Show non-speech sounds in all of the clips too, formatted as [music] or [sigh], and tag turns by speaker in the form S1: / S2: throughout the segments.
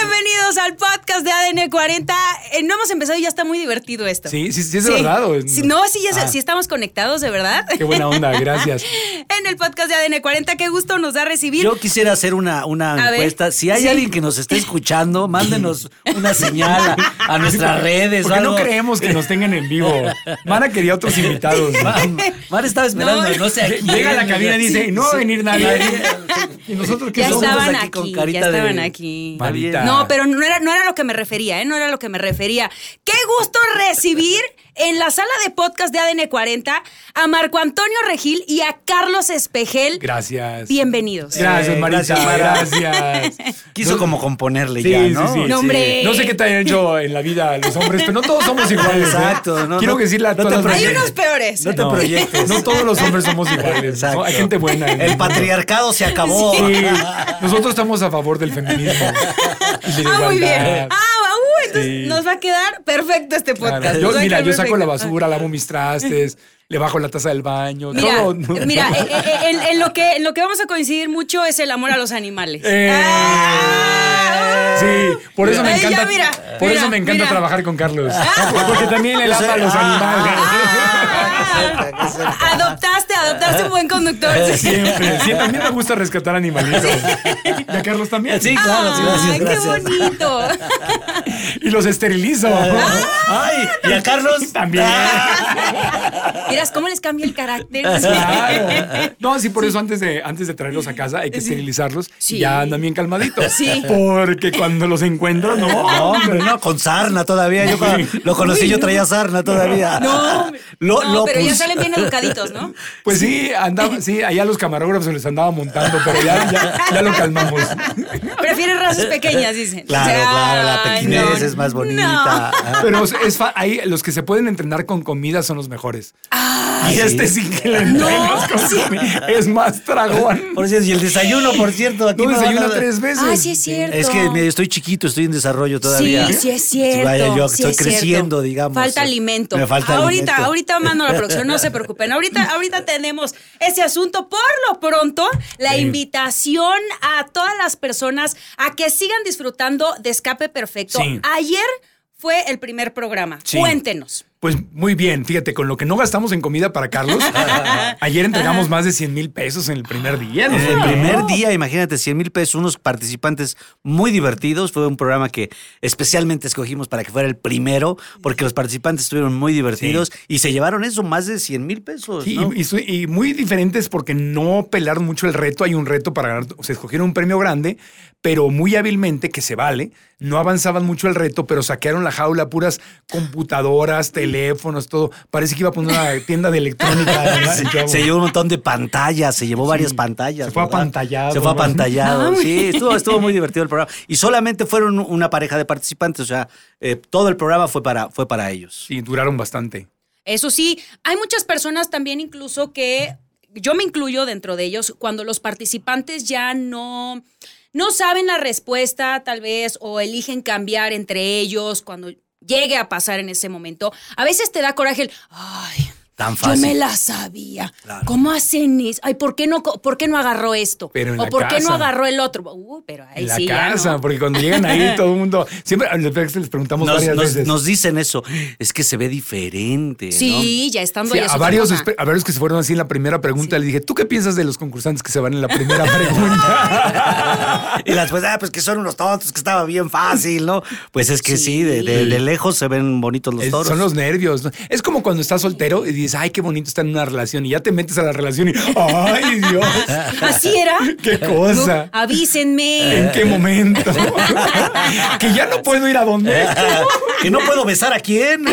S1: bienvenidos al podcast de ADN 40. Eh, no hemos empezado y ya está muy divertido esto.
S2: Sí, sí, sí, es de verdad. ¿o es-
S1: Sí, no, sí, ya se-
S2: Ah,
S1: sí estamos conectados, de verdad.
S2: Qué buena onda, gracias.
S1: [laughs] En el podcast de ADN 40, qué gusto nos da recibir.
S3: Yo quisiera hacer una, una
S1: A ver,
S3: encuesta. si hay
S1: sí.
S3: alguien que nos esté
S1: [laughs]
S3: escuchando, mándenos una señal a, a nuestras redes. o
S2: Porque no
S3: algo.
S2: creemos que nos tengan en
S3: [laughs]
S2: vivo. Mara quería otros invitados.
S3: Ma- Ah, Mar estaba esperando,
S1: No.
S3: no, sé. a quién.
S2: Llega a la cabina y dice, no va a venir nadie. ¿Y nosotros qué
S1: ya
S2: somos?
S1: estaban
S3: aquí
S1: aquí,
S3: con carita
S1: ya estaban
S3: de-
S1: aquí.
S2: Marita.
S1: No, pero no era, no era lo que me refería, ¿eh? No era lo que me refería. Qué gusto
S2: [laughs]
S1: recibir en la sala de podcast de ADN 40 a Marco Antonio Regil y a Carlos Espejel.
S2: Gracias.
S1: Bienvenidos.
S2: Gracias,
S3: Eh,
S2: Marita.
S3: gracias, Mara.
S2: Gracias.
S3: Quiso
S2: No-
S3: como componerle
S2: Sí,
S3: ya,
S2: sí,
S3: ¿no?
S2: sí.
S1: No, hombre.
S2: No sé qué te hayan hecho en la vida los hombres, pero no todos
S3: [laughs]
S2: somos iguales. ¿eh?
S3: Exacto, no,
S2: Quiero
S3: no-
S2: decirle a
S3: no te
S2: todas las
S1: Hay
S3: proyectes.
S1: unos peores. eh. [laughs]
S3: No te
S2: No.
S3: proyectes.
S2: No todos los hombres somos iguales. ¿no?
S3: Exacto.
S2: Hay gente buena. en
S3: El
S2: mundo.
S3: patriarcado se acabó.
S2: Sí. Nosotros estamos a favor del feminismo. y de la
S1: Ah, muy bien.
S2: igualdad.
S1: Ah, ah, uh, entonces
S2: Sí.
S1: nos va a quedar perfecto este
S2: Claro.
S1: podcast.
S2: Yo,
S1: Nos va a
S2: mira,
S1: quedar
S2: yo saco
S1: perfecto.
S2: la basura, lavo mis trastes, le bajo la taza del baño,
S1: Mira,
S2: todo. ¿no?
S1: mira, eh, eh, en, en lo que, en lo que vamos a coincidir mucho es el amor a los animales.
S2: Eh,
S1: Ah,
S2: sí, por eso me
S1: Ay, ya,
S2: encanta.
S1: mira,
S2: por
S1: mira,
S2: eso me encanta
S1: mira.
S2: trabajar con Carlos. Porque también le
S3: Yo soy-
S2: lava a los
S3: ah,
S2: animales.
S1: ah,
S3: Qué cerca, qué cerca.
S1: adoptaste, adoptaste un buen conductor.
S2: Siempre. Sí, también me gusta rescatar animalitos. Y a Carlos también. [laughs]
S3: Sí, claro, sí,
S1: Ay,
S3: gracias,
S1: Ah, qué
S3: gracias.
S1: bonito.
S2: Y los esterilizo.
S1: Ah.
S3: Ay, y a Carlos
S2: También.
S1: Miras cómo les cambia el carácter.
S2: Claro. No, sí, por eso antes de, antes de traerlos a casa hay que esterilizarlos
S1: Sí.
S2: y ya andan bien calmaditos.
S1: Sí.
S2: Porque cuando los encuentro, no,
S3: No, hombre, no, con sarna todavía. Yo cuando lo conocí, yo traía sarna todavía.
S1: No,
S3: Lo-
S1: no,
S3: lo
S1: pero ya
S3: pus-
S1: salen bien educaditos, ¿no?
S2: Pues sí, andaba, sí, allá los camarógrafos les andaba montando, pero ya, ya, ya lo calmamos.
S1: Prefieres razas pequeñas, dicen.
S3: Claro,
S1: O sea,
S3: claro, la
S1: ay,
S3: pequinés
S1: no,
S3: es más
S1: no.
S3: bonita. Ah.
S2: Pero es- es fa- ahí los que se pueden entrenar con comida son los mejores. y este sí que le entrenas con comida. Es más tragón.
S3: Por cierto, y el desayuno, por cierto. Aquí
S2: No
S3: me van a
S2: desayuna
S3: dar-
S2: tres veces.
S1: Ah, sí es cierto.
S3: Es que mira, yo estoy chiquito, estoy en desarrollo todavía.
S1: Sí, sí es cierto.
S3: Vaya, yo
S1: sí
S3: estoy
S1: es cierto.
S3: creciendo, digamos. eh,
S1: Falta alimento.
S3: Me falta
S1: ahorita,
S3: alimento.
S1: ahorita mando la producción, no
S3: [laughs]
S1: se preocupen. Ahorita, ahorita tenemos ese asunto. Por lo pronto, la invitación a todas las personas a que sigan disfrutando de Escape Perfecto.
S2: Sí.
S1: Ayer fue el primer programa.
S2: Sí.
S1: Cuéntenos.
S2: Pues muy bien, fíjate, con lo que no gastamos en comida para
S3: [laughs]
S2: Carlos, ayer entregamos más de 100 mil pesos en el primer día. ¿no?
S3: Desde el primer día, imagínate, 100 mil pesos, unos participantes muy divertidos. Fue un programa que especialmente escogimos para que fuera el primero, porque los participantes estuvieron muy divertidos y se llevaron eso, más de 100 mil pesos.
S2: Sí,
S3: ¿no?
S2: y, y su- y muy diferentes porque no pelaron mucho el reto. Hay un reto para ganar, o sea, escogieron un premio grande, pero muy hábilmente, que se vale, no avanzaban mucho el reto, pero saquearon la jaula puras computadoras, teléfonos, todo. Parece que iba a poner
S3: [laughs]
S2: una tienda de electrónica. ¿verdad? El chavo.
S3: Se llevó un montón de pantallas, se llevó varias pantallas.
S2: Se fue
S3: ¿verdad?
S2: apantallado,
S3: Se fue
S2: ¿no?
S1: Ah,
S3: apantallado. Sí, estuvo, estuvo muy divertido el programa. Y solamente fueron una pareja de participantes, o sea, eh, todo el programa fue para, fue para ellos.
S2: Y duraron bastante.
S1: Eso sí, hay muchas personas también incluso que yo me incluyo dentro de ellos cuando los participantes ya no no saben la respuesta tal vez o eligen cambiar entre ellos cuando llegue a pasar en ese momento. A veces te da coraje el, ay,
S3: Tan
S1: yo
S3: fácil.
S1: me la sabía. ¿Cómo hacen eso? Ay, ¿por qué no co- por qué no agarró esto?
S2: Pero en
S1: o
S2: la
S1: por qué no
S2: casa.
S1: agarró el otro? Uh, pero ahí
S2: En la
S1: sí ya
S2: casa,
S1: no.
S2: porque cuando llegan ahí todo el mundo, siempre les les preguntamos
S3: Nos,
S2: varias
S3: nos-
S2: veces.
S3: nos dicen eso. Es que se ve diferente. ¿no?
S1: Sí, ya estando
S2: Sí,
S1: ahí es
S2: a,
S1: otra
S2: varios,
S1: cosa.
S2: espe- a varios que se fueron así en la primera pregunta, le dije, ¿tú qué piensas de los concursantes que se van en la
S3: [laughs]
S2: primera pregunta?
S3: Y las pues, ah, pues que son unos tontos, que estaba bien fácil, ¿no? Pues es que sí, de, de- de lejos se ven bonitos los
S2: Es-
S3: toros.
S2: son los nervios. ¿no? Es como cuando estás soltero y dices, ay, qué bonito estar en una relación. Y ya te metes a la relación y, ay, Dios.
S1: Así era.
S2: [laughs] Qué cosa. Eh.
S1: No, avísenme.
S2: ¿En qué momento? [laughs] que ya no puedo ir a donde.
S3: [laughs] que no puedo besar
S2: [laughs]
S3: a quién.
S2: que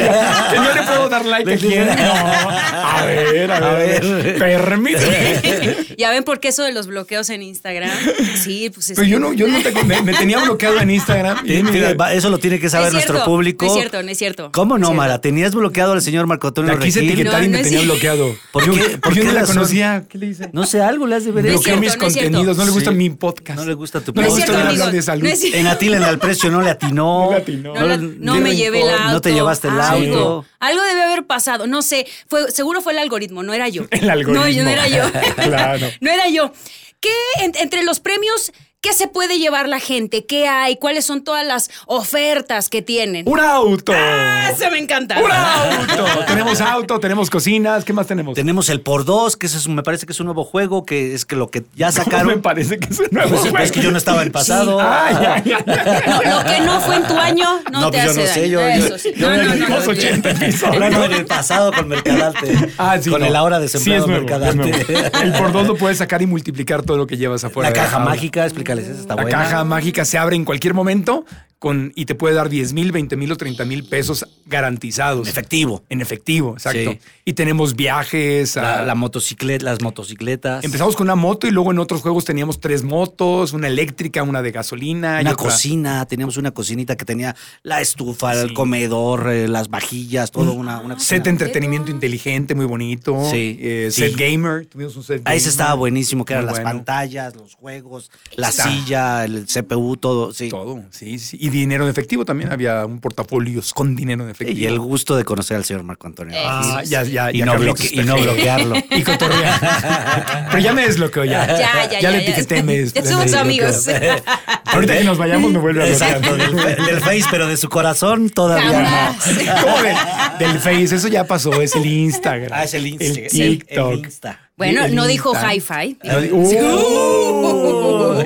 S2: no le puedo dar like a quién. No. A ver, a
S3: A
S2: ver.
S3: ver.
S2: Permíteme.
S1: [laughs] ya ven por qué eso de los bloqueos en Instagram. Sí, pues es
S2: Pero yo no, yo no te, me, me tenía bloqueado en Instagram. Y
S3: Tiene-
S2: mira,
S3: va- Eso lo tiene que
S1: No es
S3: saber nuestro
S1: cierto,
S3: público.
S1: No es cierto, no es cierto.
S3: ¿Cómo no,
S1: Es cierto.
S3: Mara? ¿Tenías bloqueado al señor Marco Antonio
S2: la quise
S3: Regil?
S2: etiquetar y
S1: No,
S2: me
S1: no es
S2: tenía
S1: cierto.
S2: bloqueado.
S3: ¿Por
S2: yo,
S3: qué- por
S2: yo
S3: qué
S2: no la
S3: razón?
S2: conocía. ¿Qué le hice?
S3: No sé, algo le has de ver.
S1: No es
S2: Bloqueó
S1: cierto,
S2: mis
S1: no es cierto.
S2: contenidos, no le gusta
S3: Sí.
S2: mi podcast.
S3: No le gusta tu
S2: No le
S1: podcast. No
S2: gusta
S1: es cierto,
S2: hablar de
S1: amigos,
S2: salud.
S1: no es cierto.
S3: En Atila, en el precio, no le atinó.
S2: No le atinó.
S1: No, la- no
S3: le
S1: me llevé el
S3: brincó,
S1: auto. Ah,
S3: No te llevaste el
S1: Algo,
S3: auto.
S1: algo debe haber pasado. No sé. Fue, seguro fue el algoritmo, no era yo.
S2: [laughs] El algoritmo.
S1: No, yo no era yo.
S2: [laughs] Claro.
S1: No era yo. ¿Qué en- entre los premios? ¿Qué se puede llevar la gente? ¿Qué hay? ¿Cuáles son todas las ofertas que tienen?
S2: ¡Un auto!
S1: ¡Ah, ¡Ese me encanta!
S2: ¡Un auto! tenemos auto, tenemos cocinas, ¿qué más tenemos? [laughs]
S3: Tenemos el por dos, que ese es, un- me parece que es un nuevo juego, que es que lo que ya
S2: No me
S3: sacaron.
S2: parece que es un nuevo
S3: Pues,
S2: juego.
S3: es que yo
S2: [laughs]
S3: no estaba en pasado.
S2: Ah, ya, ya.
S1: No, lo que no fue en tu año no,
S3: No,
S1: te
S3: pues yo
S1: hace
S3: no sé,
S1: daño.
S3: yo- yo-
S1: Eso sí.
S3: yo
S1: no,
S3: me
S1: no, no,
S3: dimos
S1: no,
S2: 80 pisos.
S3: Hablando en el pasado
S2: [laughs]
S3: con Mercadante.
S2: Ah, sí,
S3: con
S2: no.
S3: el ahora de
S2: Sí, es
S3: sembrado
S2: nuevo,
S3: Mercadante.
S2: es
S3: [laughs]
S2: nuevo. El por dos lo puedes sacar y multiplicar todo lo que llevas afuera.
S3: La
S2: de
S3: caja
S2: jaula.
S3: mágica, explícales, esa está
S2: La
S3: buena.
S2: caja mágica se abre en cualquier momento con, y te puede dar 10 mil, 20 mil o 30 mil pesos garantizados.
S3: En efectivo.
S2: En efectivo, exacto.
S3: Sí.
S2: Y tenemos viajes.
S3: La,
S2: a-
S3: la motocicleta, las motocicletas.
S2: Empezamos con una moto y luego en otros juegos teníamos tres motos, una eléctrica, una de gasolina. y
S3: Una
S2: otra-
S3: cocina, teníamos una cocinita que tenía la estufa, el
S2: Sí.
S3: comedor, eh, las vajillas, todo una,
S2: Set
S3: una
S2: de
S3: cocina.
S2: entretenimiento inteligente, muy bonito.
S3: Sí,
S2: Eh,
S3: sí.
S2: Set gamer, tuvimos un set
S3: Ah, ese
S2: gamer.
S3: estaba buenísimo, que eran
S2: Muy
S3: las
S2: bueno.
S3: pantallas, los juegos, la
S2: Está.
S3: silla, el CPU, todo, sí.
S2: Todo, sí, sí. Y dinero en efectivo también. Había un portafolio con dinero en efectivo.
S3: Y el gusto de conocer al señor Marco Antonio.
S2: Ah, ya, ya,
S3: y,
S2: ya
S3: no
S2: Carlitos
S3: bloque- y
S2: está
S3: no
S2: aquí.
S3: bloquearlo.
S2: Y
S3: [laughs]
S2: cotorrear. Pero ya me desbloqueó, ya.
S1: Ya, ya, ya,
S2: le
S1: ya.
S2: etiqueté, me des-
S1: Ya somos
S2: me desbloqueó.
S1: amigos.
S3: [laughs]
S2: Ahorita que nos vayamos me [laughs] vuelve a bloquear.
S3: Exacto, del, fe- del Face, pero de su corazón todavía no.
S1: Jamás.
S2: [laughs] ¿Cómo del, del Face? Eso ya pasó, es el Instagram.
S3: Ah, es el Insta.
S2: El TikTok.
S3: El Insta.
S1: Bueno,
S2: El
S1: no dijo
S2: Insta.
S1: hi-fi.
S2: No di- ¡Uh!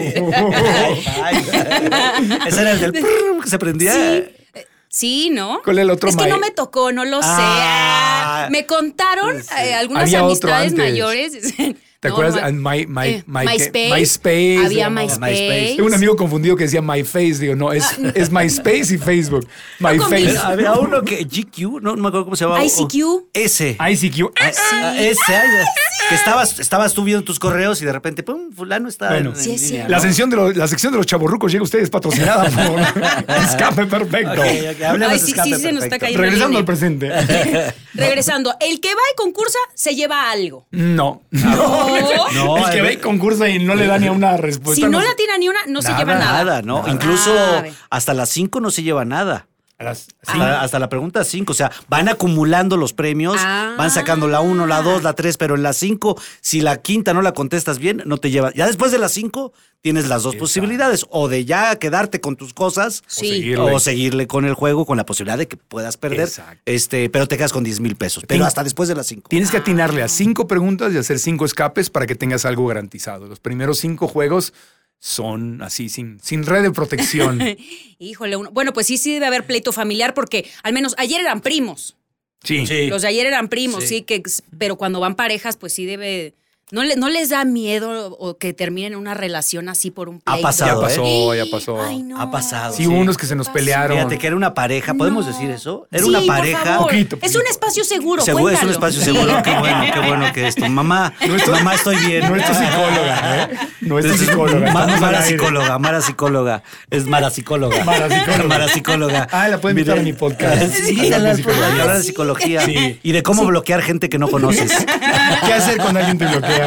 S3: Ese era el del prrr que se prendía.
S1: Sí, ¿no?
S2: ¿Cuál es el otro,
S1: Es que
S2: May?
S1: no me tocó, no lo sé.
S3: Ah.
S1: Ah, me contaron eh, algunas
S2: Había otro
S1: amistades
S2: antes.
S1: mayores. [laughs]
S2: ¿Te
S1: No,
S2: acuerdas?
S1: no,
S2: And my, my,
S1: eh,
S2: my-
S1: MySpace.
S2: MySpace.
S1: Había
S2: No,
S1: MySpace.
S3: MySpace.
S2: Tengo un amigo confundido que decía MyFace. Digo, no,
S1: Ah,
S2: es, es MySpace y Facebook. MyFace.
S1: combina.
S3: Había uno que GQ, no, no me acuerdo cómo se llamaba.
S1: ICQ.
S3: Ese.
S2: ICQ.
S3: Ah, Ese, ay, que estabas, estabas tú viendo tus correos y de repente, pum, fulano está.
S2: Bueno.
S3: en- en
S1: Sí, es
S3: línea,
S2: La
S3: ¿no?
S2: sección, de los, la sección de los chavorrucos llega a ustedes patrocinada
S3: [laughs]
S2: por Escape Perfecto.
S3: Ok, ok, hablemos
S1: Ay,
S3: de
S1: sí,
S3: escape
S1: sí, se nos está
S3: perfecto.
S1: cayendo.
S2: Regresando al presente.
S1: [laughs] Regresando, el que va y concursa se lleva algo.
S2: [laughs] No.
S1: O,
S3: No,
S2: el que
S3: eh,
S2: ve y concursa y no le da ni a una respuesta.
S1: si no
S2: sé.
S1: la tira ni una, no se lleva nada.
S3: ¿no?
S2: Nada.
S3: Incluso
S1: Ah, ve.
S3: hasta las 5 no se lleva nada.
S2: A las-
S1: Ah,
S2: sí.
S3: Hasta, hasta la pregunta 5, o sea, van acumulando los premios,
S1: Ah.
S3: van sacando la 1, la 2, la 3, pero en la 5, si la quinta no la contestas bien, no te llevas. Ya después de las 5, tienes las dos posibilidades, o de ya quedarte con tus cosas,
S1: Sí.
S2: seguirle.
S3: o seguirle con el juego, con la posibilidad de que puedas perder,
S2: Exacto.
S3: este, pero te quedas con 10 mil pesos, pero
S2: Tien-
S3: hasta después de las 5.
S2: Tienes que atinarle a cinco preguntas y hacer cinco escapes para que tengas algo garantizado. Los primeros cinco juegos son así, sin, sin red de
S1: [laughs]
S2: protección.
S1: Híjole, uno- bueno, pues sí, sí debe haber pleito familiar porque al menos ayer eran primos.
S2: Sí.
S1: Los de ayer eran primos,
S3: Sí.
S1: sí, que, pero cuando van parejas, pues sí debe. ¿No, le- no les da miedo o que terminen una relación así por un
S3: Ha
S1: pleito?
S2: Ya
S3: pasado, ¿eh?
S2: pasó, ya pasó.
S1: Ay, no.
S3: Ha pasado.
S2: Sí, hubo unos que se nos pelearon.
S3: Fíjate que era una pareja, ¿podemos
S1: No.
S3: decir eso? Era
S1: Sí,
S3: una
S1: por
S3: pareja.
S1: favor.
S2: Poquito,
S1: es
S2: poquito.
S1: un espacio seguro.
S3: Seguro, es un
S1: cuéntalo.
S3: espacio
S1: [laughs]
S3: seguro. Qué bueno, qué bueno que esto.
S2: [laughs]
S3: Mamá, mamá, estoy bien. Ah.
S2: No es [laughs] psicóloga, ¿eh? No es
S3: Entonces,
S2: psicóloga.
S3: Ma-
S2: estamos al
S3: Mara
S2: aire.
S3: psicóloga, Mara psicóloga. Es Mara psicóloga.
S2: Mara psicóloga.
S3: [laughs] Mara psicóloga.
S2: Ah, la pueden invitar a mi podcast.
S3: Sí,
S2: Mara
S3: ya las
S2: psicóloga.
S3: puedo. Y hablar de psicología y de cómo bloquear gente que
S2: [laughs]
S3: no conoces.
S2: ¿Qué hacer cuando alguien te bloquea?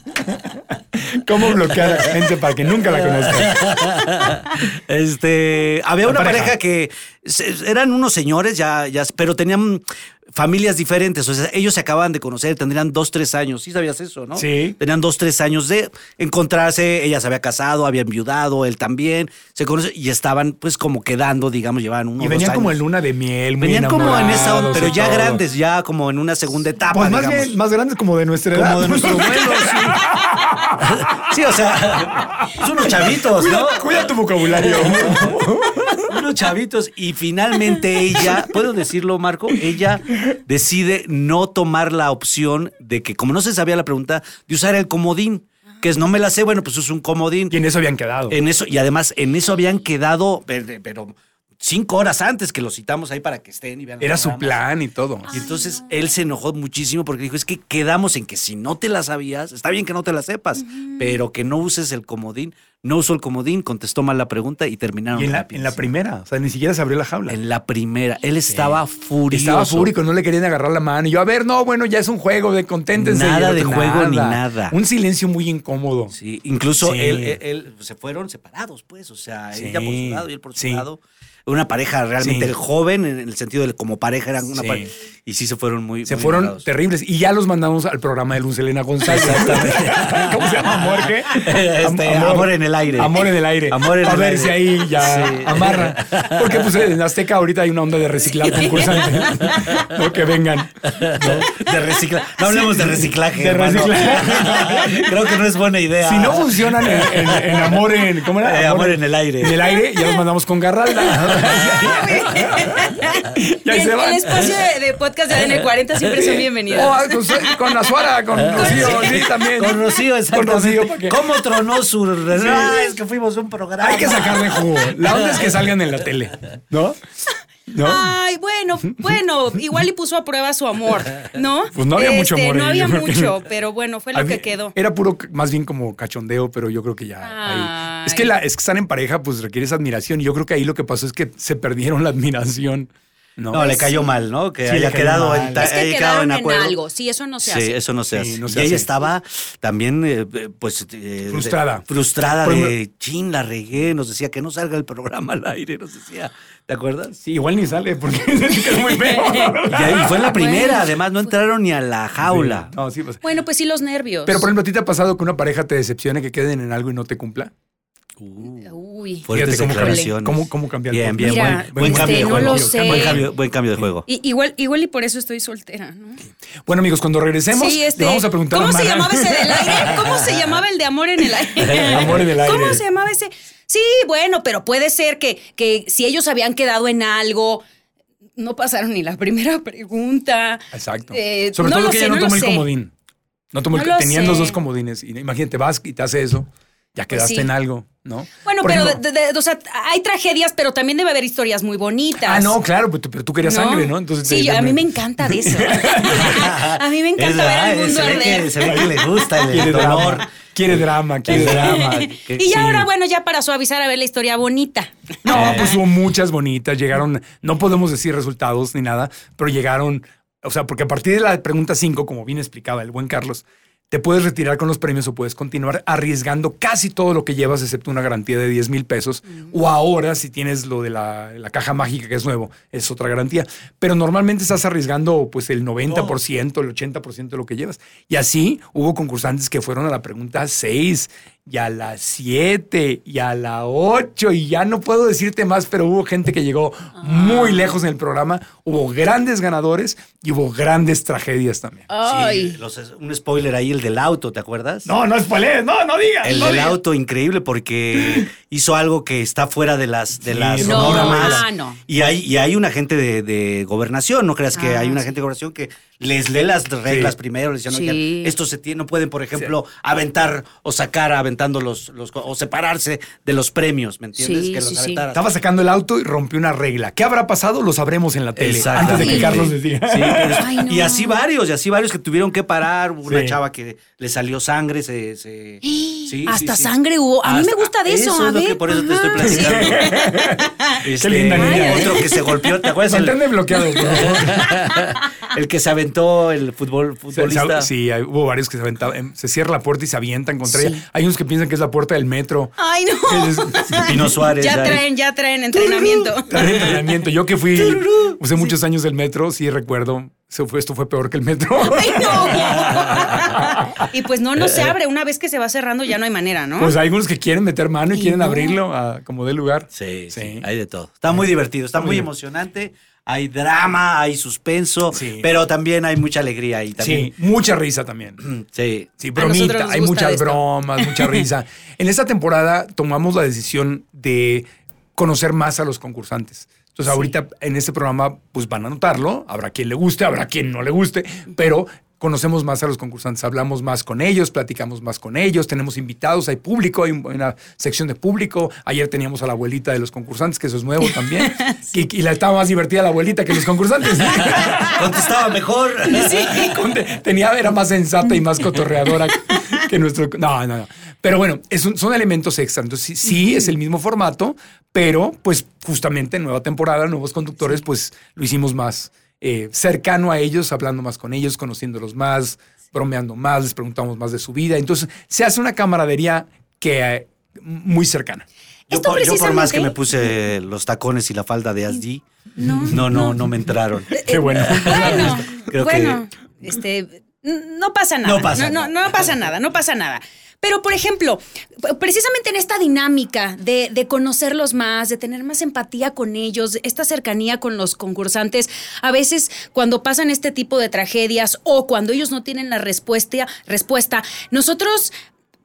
S2: [laughs] ¿Cómo bloquear a gente para que nunca
S3: [laughs]
S2: la conozca?
S3: Este, había
S2: La
S3: una pareja,
S2: pareja.
S3: que se- eran unos señores ya, ya, pero tenían familias diferentes, o sea, ellos se acababan de conocer, tendrían dos, tres años, sí sabías eso, ¿no?
S2: Sí.
S3: Tenían dos, tres años de encontrarse, ella se había casado, había enviudado, él también, se conoce y estaban pues como quedando, digamos, llevaban unos
S2: Y venían como en luna de miel, muy
S3: Venían como en esa onda,
S2: enamorados
S3: pero
S2: y
S3: ya
S2: todo.
S3: grandes, ya como en una segunda etapa,
S2: Pues más,
S3: digamos.
S2: bien, más grandes como de nuestra edad.
S3: Como de
S2: [laughs]
S3: nuestro vuelo, sí. Sí, o sea, son unos chavitos, ¿no?
S2: Cuida, cuida tu vocabulario.
S3: Unos chavitos y finalmente ella, puedo decirlo Marco, ella decide no tomar la opción de que, como no se sabía la pregunta, de usar el comodín, que es no me la sé, bueno, pues es un comodín.
S2: [laughs] y en eso habían quedado.
S3: En eso, y además en eso habían quedado, pero, pero cinco horas antes que los citamos ahí para que estén y vean. los
S2: Era su
S3: programas.
S2: plan y todo.
S3: Y entonces él se enojó muchísimo porque dijo, es que quedamos en que si no te la sabías, está bien que no te la sepas, pero que no uses el comodín, no usó el comodín, contestó mal la pregunta y terminaron
S2: Y en la, en
S3: rapidísimo.
S2: la primera, o sea, ni siquiera se abrió la jaula.
S3: En la primera. Él estaba furioso.
S2: Estaba fúrico, no le querían agarrar la mano. Y yo, a ver, no, bueno, ya es un juego, de conténtense.
S3: Nada
S2: Y el otro,
S3: de juego ni nada.
S2: Un silencio muy incómodo.
S3: Sí, incluso
S2: Sí.
S3: Él, él- él- pues, se fueron separados, pues, o sea,
S2: Sí.
S3: ella por su lado y él por su
S2: Sí.
S3: lado. Una pareja realmente
S2: Sí.
S3: joven, en el sentido de como pareja eran una
S2: Sí.
S3: pareja. Y sí se fueron muy.
S2: Se
S3: muy
S2: fueron
S3: enojados.
S2: terribles. Y ya los mandamos al programa de Luz Elena González. [laughs] ¿Cómo se llama? ¿Amor qué?
S3: Este,
S2: Am-
S3: amor, en el aire.
S2: Amor en el aire.
S3: Amor en
S2: a
S3: el
S2: ver
S3: aire.
S2: si ahí ya
S3: Sí.
S2: amarra. Porque pues en Azteca ahorita hay una onda de reciclar
S3: [laughs]
S2: concursantes. no que vengan.
S3: De recicla- [laughs] No hablemos de reciclaje.
S2: De
S3: hermano.
S2: reciclaje.
S3: Creo que no es buena idea.
S2: Si no funcionan en, en- en amor en. ¿Cómo era?
S3: Eh, amor en el aire. Ah,
S2: En el aire, ya los mandamos con
S3: [laughs]
S2: Garralda. Y
S1: Y
S2: ahí
S1: el,
S2: se van.
S1: el espacio de, de podcast de ADN
S3: [laughs]
S1: 40 siempre son bienvenidos.
S2: O, ah, con, su- con la Suara, con Rocío, sí, también.
S3: Ah, Con Rocío, exactamente.
S2: Con Rocío, ¿para qué?
S3: ¿Cómo tronó su... Ah, es que fuimos un programa.
S2: Hay que sacarle jugo. La onda es que salgan en la tele, ¿no? ¿No?
S1: Ay, bueno, bueno, igual y puso a prueba su amor, ¿no? Este,
S2: Pues no había mucho amor
S1: No
S2: ahí, yo
S1: había
S2: creo que-
S1: mucho, pero bueno, fue
S2: A
S1: lo
S2: mí
S1: que quedó.
S2: Era puro, c- más bien como cachondeo, pero yo creo que ya. ahí-
S1: Ay.
S2: Es que la, es que estar en pareja, pues requieres admiración. Y yo creo que ahí lo que pasó es que se perdieron la admiración. No,
S3: No, le cayó mal, ¿no? Que
S2: Sí, le
S3: haya
S2: cayó
S3: quedado
S2: mal.
S3: en, ta-
S1: Es que
S3: haya quedado
S1: quedaron
S3: en
S1: en,
S3: acuerdo.
S1: algo, sí, eso no se
S3: sí,
S1: hace.
S3: eso no se
S2: Sí,
S3: hace.
S2: no se
S3: y
S2: hace.
S3: ella estaba también, eh, eh, pues... eh,
S2: Frustrada.
S3: de- frustrada
S2: Por
S3: de, chin, la regué, nos decía que no salga el programa al aire, nos decía, ¿te acuerdas?
S2: Sí, igual ni sale porque [laughs] es muy feo.
S3: Y ahí fue en
S1: Ah,
S3: la primera, además, no entraron ni a la jaula.
S2: Sí, No, sí, pues.
S1: Bueno, pues sí, los nervios.
S2: Pero por ejemplo, ¿a ti te ha pasado que una pareja te decepcione, que queden en algo y no te cumpla?
S1: Uy.
S2: Fíjate cómo
S3: Fuertes
S2: cambia-
S3: declaraciones.
S2: cómo- cómo cambia el
S3: Bien, bien,
S1: Mira,
S3: buen, buen
S1: este,
S3: cambio de
S1: no
S3: juego.
S1: lo
S3: Buen
S1: sé.
S3: cambio, buen cambio de juego.
S1: Y- igual, igual y por eso estoy soltera, ¿no?
S2: Bueno, amigos, cuando regresemos,
S1: Sí, este,
S2: le vamos a preguntar
S1: ¿Cómo
S2: a
S1: se
S2: Mara.
S1: llamaba ese del aire? ¿Cómo
S2: [laughs]
S1: se llamaba el de amor en el aire?
S2: Amor en [laughs] el aire.
S1: ¿Cómo se llamaba ese? Sí, bueno, pero puede ser que, que si ellos habían quedado en algo, no pasaron ni la primera pregunta.
S2: Exacto.
S1: Eh,
S2: Sobre
S1: no
S2: todo
S1: lo
S2: que
S1: sé,
S2: ella no,
S1: no lo
S2: tomó el
S1: sé.
S2: comodín. No tomó el-
S1: No lo
S2: tenían
S1: sé. Pues
S2: los dos comodines. Y Imagínate, vas y te hace eso. Ya quedaste
S1: sí.
S2: en algo, ¿no?
S1: Bueno,
S2: Por
S1: pero
S2: ejemplo-
S1: de- de- de- o sea, hay tragedias, pero también debe haber historias muy bonitas.
S2: Ah, no, claro, pero tú, pero tú querías
S1: ¿No?
S2: sangre, ¿no? Entonces
S1: sí,
S2: te-
S1: yo- a mí me encanta de
S2: [laughs]
S1: eso. a mí me
S3: Es
S1: encanta ver
S3: verdad,
S1: al mundo
S3: se ve,
S1: arder.
S3: que, se ve que le gusta
S2: [laughs]
S3: el,
S2: Quiere
S3: dolor.
S2: drama, quiere drama,
S1: [laughs]
S2: quiere
S3: El
S2: drama.
S3: que-
S1: y ya
S3: sí.
S1: ahora, bueno, ya para suavizar a ver la historia bonita.
S2: No, pues hubo muchas bonitas, llegaron, no podemos decir resultados ni nada, pero llegaron, o sea, porque a partir de la pregunta 5, como bien explicaba el buen Carlos, te puedes retirar con los premios o puedes continuar arriesgando casi todo lo que llevas, excepto una garantía de 10 mil pesos, o ahora si tienes lo de la, la caja mágica que es nuevo, es otra garantía, pero normalmente estás arriesgando pues el 90%, el 80% de lo que llevas. Y así hubo concursantes que fueron a la pregunta 6 y a la 7 y a la 8 y ya no puedo decirte más, pero hubo gente que llegó muy lejos en el programa, hubo grandes ganadores y hubo grandes tragedias también.
S1: Ay.
S3: Sí, los- un spoiler ahí, el del auto, ¿te acuerdas?
S2: No, no spoilees, no, no digas.
S3: El
S2: no
S3: del
S2: digas.
S3: auto,
S1: [laughs]
S3: increíble, porque hizo algo que está fuera de las, de
S2: Sí,
S3: las
S2: no,
S3: normas.
S1: ah, no.
S3: Y hay, y hay una gente de, de gobernación, no creas que
S1: Ah,
S3: hay una gente de gobernación que les lee las reglas
S2: Sí.
S3: primero, les dicen,
S1: Sí.
S3: "Oigan, esto se tiene, no pueden, por ejemplo, aventar o sacar aventando los, los co- o separarse de los premios, ¿me entiendes?
S1: Sí,
S3: que los
S1: sí, sí.
S3: aventaras.
S2: Estaba sacando el auto y rompió una regla. ¿Qué habrá pasado? Lo sabremos en la tele. Antes de
S3: Exactamente.
S2: que Carlos les diga.
S3: Sí, pero-
S1: Ay, no.
S3: Y así varios, y así varios que tuvieron que parar. Hubo Una
S2: Sí.
S3: chava que le salió sangre,
S1: [gasps]
S3: se. se- sí,
S1: Hasta
S3: sí, sí.
S1: sangre hubo. A mí me
S3: Hasta-
S1: gusta de eso,
S3: eso
S1: a
S3: es lo
S1: ver.
S3: que por eso te estoy
S1: Ajá, sí.
S3: platicando.
S1: [laughs]
S3: Este,
S2: linda niña. ¿eh?
S3: Otro que se golpeó, ¿te
S2: [laughs]
S3: acuerdas?
S2: Manténme
S3: pues, [laughs] El,
S2: bloqueado. por favor.
S3: el que se aventó el
S2: Se-
S3: fútbol,
S2: se-
S3: futbolista.
S2: sí, hay- hubo varios que se aventaban. Se cierra la puerta y se avientan contra ella. Hay unos que piensan que es la puerta del metro.
S1: Ay, no.
S3: Pino Suárez,
S1: Ya
S3: ya.
S1: traen, ya traen
S3: [laughs]
S1: entrenamiento.
S2: Tal entrenamiento. Yo que fui hace muchos años del metro, sí recuerdo. se fue- esto fue peor que el metro.
S1: Ay, no. Y pues no, no se abre. Una vez que se va cerrando, ya no hay manera, ¿no?
S2: Pues hay algunos que quieren meter mano y,
S1: Y
S2: quieren
S1: no.
S2: abrirlo a como dé lugar.
S3: Sí, sí,
S2: Sí.
S3: hay de todo. Está muy divertido, está muy
S2: bien.
S3: emocionante. Hay drama, hay suspenso,
S2: Sí.
S3: pero también hay mucha alegría y
S2: Sí,
S3: también.
S2: mucha risa también.
S3: Sí.
S2: Sí,
S1: nosotros
S2: bromita,
S1: nos
S2: hay
S1: gusta
S2: muchas
S1: esto.
S2: bromas,
S1: [laughs]
S2: mucha risa. En esta temporada tomamos la decisión de conocer más a los concursantes. Entonces, ahorita en este programa, pues van a notarlo. Habrá quien le guste, habrá quien no le guste, pero conocemos más a los concursantes, hablamos más con ellos, platicamos más con ellos, tenemos invitados, hay público, hay una sección de público. Ayer teníamos a la abuelita de los concursantes, que eso es nuevo
S1: [laughs]
S2: también. y, y la estaba más divertida la abuelita que los concursantes.
S1: [laughs]
S3: Contestaba mejor.
S2: [laughs] Conte- tenía, era más sensata y más cotorreadora que nuestro. No, no, no. Pero bueno, es un- son elementos extra. Entonces, sí, sí es el mismo formato, pero pues justamente nueva temporada, nuevos conductores, pues lo hicimos más eh, cercano a ellos, hablando más con ellos, conociéndolos más, bromeando más, les preguntamos más de su vida. Entonces, se hace una camaradería que eh, muy cercana.
S3: Yo,
S1: Esto
S3: por- yo por más que me
S1: precisamente-
S3: puse los tacones y la falda de Asdi,
S1: No,
S3: no, no, no me entraron.
S2: Qué bueno.
S1: Eh, Bueno,
S3: Creo que-
S1: bueno, este, n- no pasa nada.
S3: No pasa
S1: no, no pasa nada, no pasa nada. Pero, por ejemplo, precisamente en esta dinámica de, de conocerlos más, de tener más empatía con ellos, esta cercanía con los concursantes, a veces cuando pasan este tipo de tragedias o cuando ellos no tienen la respuesta, respuesta nosotros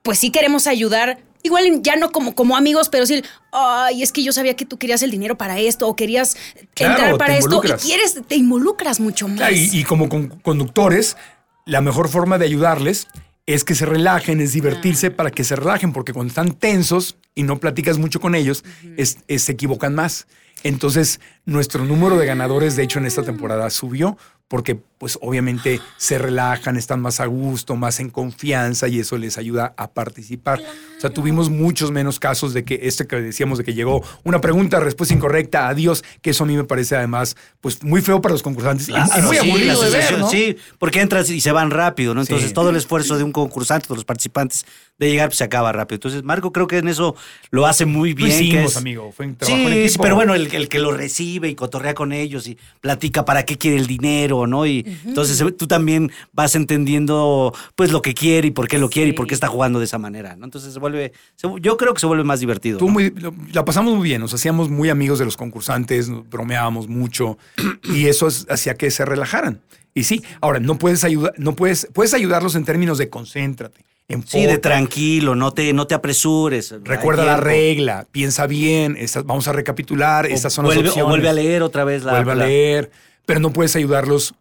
S1: pues sí queremos ayudar. Igual ya no como, como amigos, pero sí, ay, es que yo sabía que tú querías el dinero para esto o querías
S2: Claro,
S1: entrar
S2: te
S1: para esto y
S2: involucras.
S1: quieres, te involucras mucho más.
S2: Claro, Ah, y, y como con- conductores, la mejor forma de ayudarles es que se relajen, es divertirse para que se relajen, porque cuando están tensos y no platicas mucho con ellos, es- es- se equivocan más. Entonces, nuestro número de ganadores, de hecho, en esta temporada subió, porque pues obviamente se relajan, están más a gusto, más en confianza y eso les ayuda a participar. O sea, tuvimos muchos menos casos de que este que decíamos de que llegó una pregunta, respuesta incorrecta, adiós, que eso a mí me parece además pues muy feo para los concursantes y- y muy
S3: sí,
S2: aburrido
S3: la
S2: de ver,
S3: sensación,
S2: ¿no?
S3: Sí, porque entras y se van rápido, ¿no? Entonces
S2: Sí.
S3: todo el esfuerzo de un concursante, de los participantes, de llegar, pues se acaba rápido. Entonces, Marco, creo que en eso lo hace muy
S2: Lo
S3: bien. que
S2: Pues hicimos,
S3: es-
S2: amigo. Fue un trabajo
S3: Sí,
S2: en
S3: sí,
S2: equipo.
S3: pero bueno, el, el que lo recibe y cotorrea con ellos y platica para qué quiere el dinero, ¿no? Y entonces eh, tú también vas entendiendo pues lo que quiere y por qué lo quiere y por qué está jugando de esa manera, ¿no? Entonces se vuelve, se vu- yo creo que se vuelve más divertido.
S2: Estuvo
S3: ¿no?
S2: muy- lo- la pasamos muy bien, nos hacíamos muy amigos de los concursantes, nos bromeábamos mucho y eso es- hacía que se relajaran. Y sí, ahora no puedes ayudar, no puedes, puedes ayudarlos en términos de concéntrate,
S3: Sí, de
S2: enfócate,
S3: tranquilo, no te, no te apresures.
S2: Recuerda
S3: Hay
S2: la
S3: tiempo.
S2: regla, piensa bien, estas- vamos a recapitular, estas son
S3: vuelve,
S2: las
S3: o
S2: opciones.
S3: vuelve a leer otra vez la.
S2: vuelve a
S3: la-
S2: leer, pero no puedes ayudarlos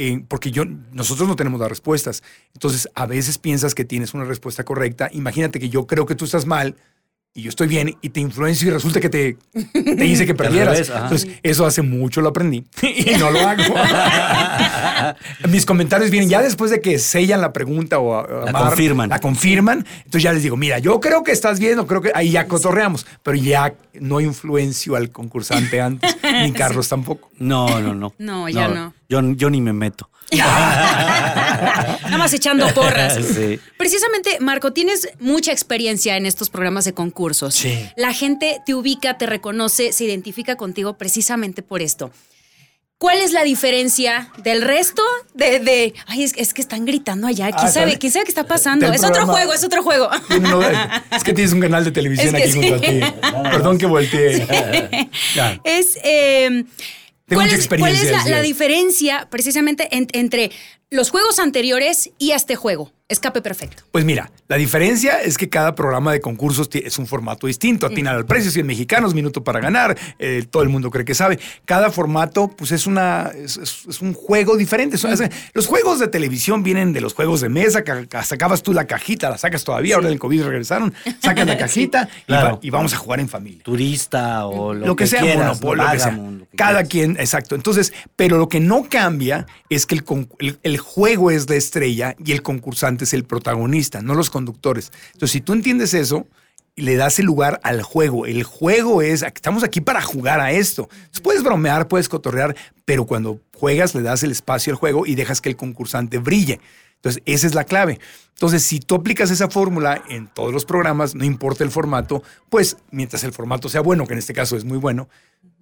S2: eh, porque yo, nosotros no tenemos las respuestas. Entonces, a veces piensas que tienes una respuesta correcta. Imagínate que yo creo que tú estás mal y yo estoy bien y te influencio y resulta que te, te
S3: [laughs]
S2: hice que perdieras.
S3: revés, ajá.
S2: Entonces, eso hace mucho lo aprendí [laughs] y no lo hago.
S3: [laughs]
S2: Mis comentarios vienen ya después de que sellan la pregunta o a- a
S3: La confirman.
S2: La confirman. Entonces ya les digo, mira, yo creo que estás bien, o creo que ahí ya cotorreamos, pero ya no influencio al concursante antes,
S1: [laughs]
S2: ni Carlos tampoco.
S3: No, no, no.
S1: No, ya no.
S3: Yo, yo ni
S1: [laughs]
S3: me meto.
S1: Nada más echando porras.
S3: [laughs] Sí.
S1: Precisamente, Marco, tienes mucha experiencia en estos programas de concursos.
S3: Sí.
S1: La gente te ubica, te reconoce, se identifica contigo precisamente por esto. ¿Cuál es la diferencia del resto de, de- ay, es, es que están gritando allá? ¿Quién
S2: Ah,
S1: sabe?
S2: ¿sabes?
S1: ¿Quién sabe qué está pasando?
S2: Del
S1: Es otro
S2: programa.
S1: juego, es otro
S2: [laughs]
S1: juego.
S2: No, es que tienes un canal de
S1: Es
S2: televisión
S1: que
S2: aquí
S1: sí.
S2: junto a ti. Perdón que volteé. Ya.
S1: Es. eh,
S2: Tengo
S1: ¿Cuál
S2: mucha
S1: es, cuál es
S2: experiencia,
S1: la,
S2: así
S1: la
S2: es.
S1: diferencia precisamente en- entre los juegos anteriores y este juego? Escape perfecto.
S2: Pues mira, la diferencia es que cada programa de concursos ti- es un formato distinto. Atinar al precio, 100 mexicanos, minuto para ganar. eh, todo el mundo cree que sabe. Cada formato, pues es una es, es- es un juego diferente. Son- es- Los juegos de televisión vienen de los juegos de mesa. ca- ca- Sacabas tú la cajita, la sacas todavía. Ahora en el COVID
S3: [laughs]
S2: regresaron, sacas la cajita y
S3: claro.
S2: va- y vamos a jugar en familia
S3: Turista o lo,
S2: lo que, sea,
S3: quieras,
S2: Monopoly, lo que sea.
S3: Vagamon, lo que
S2: Cada
S3: quieras.
S2: quien, exacto. Entonces, pero lo que no cambia es que el, con- el- el juego es la estrella y el concursante es el protagonista, no los conductores. Entonces, si tú entiendes eso, le das el lugar al juego. El juego es, estamos aquí para jugar a esto. Entonces, puedes bromear, puedes cotorrear, pero cuando juegas le das el espacio al juego y dejas que el concursante brille. Entonces, esa es la clave. Entonces, si tú aplicas esa fórmula en todos los programas, no importa el formato, pues mientras el formato sea bueno, que en este caso es muy bueno,